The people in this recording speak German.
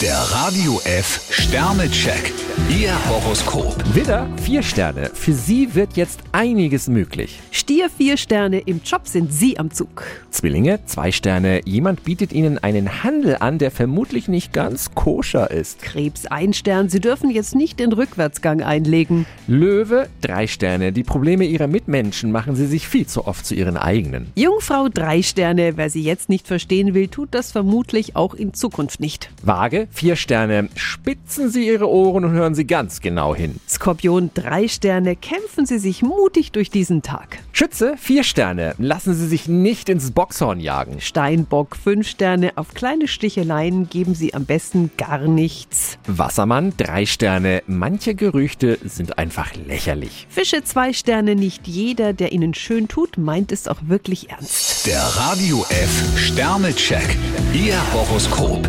Der Radio F Sternecheck. Ihr Horoskop. Widder, vier Sterne. Für Sie wird jetzt einiges möglich. Stier vier Sterne, im Job sind Sie am Zug. Zwillinge, zwei Sterne. Jemand bietet Ihnen einen Handel an, der vermutlich nicht ganz koscher ist. Krebs ein Stern, Sie dürfen jetzt nicht den Rückwärtsgang einlegen. Löwe, drei Sterne. Die Probleme Ihrer Mitmenschen machen Sie sich viel zu oft zu Ihren eigenen. Jungfrau drei Sterne, wer Sie jetzt nicht verstehen will, tut das vermutlich auch in Zukunft nicht. Waage, vier Sterne. Spitzen Sie Ihre Ohren und hören Sie ganz genau hin. Skorpion drei Sterne, kämpfen Sie sich mutig durch diesen Tag. Schütze, vier Sterne. Lassen Sie sich nicht ins Boxhorn jagen. Steinbock fünf Sterne, auf kleine Sticheleien geben Sie am besten gar nichts. Wassermann, drei Sterne. Manche Gerüchte sind einfach lächerlich. Fische zwei Sterne, nicht jeder, der Ihnen schön tut, meint es auch wirklich ernst. Der Radio F Sternecheck. Ihr Horoskop.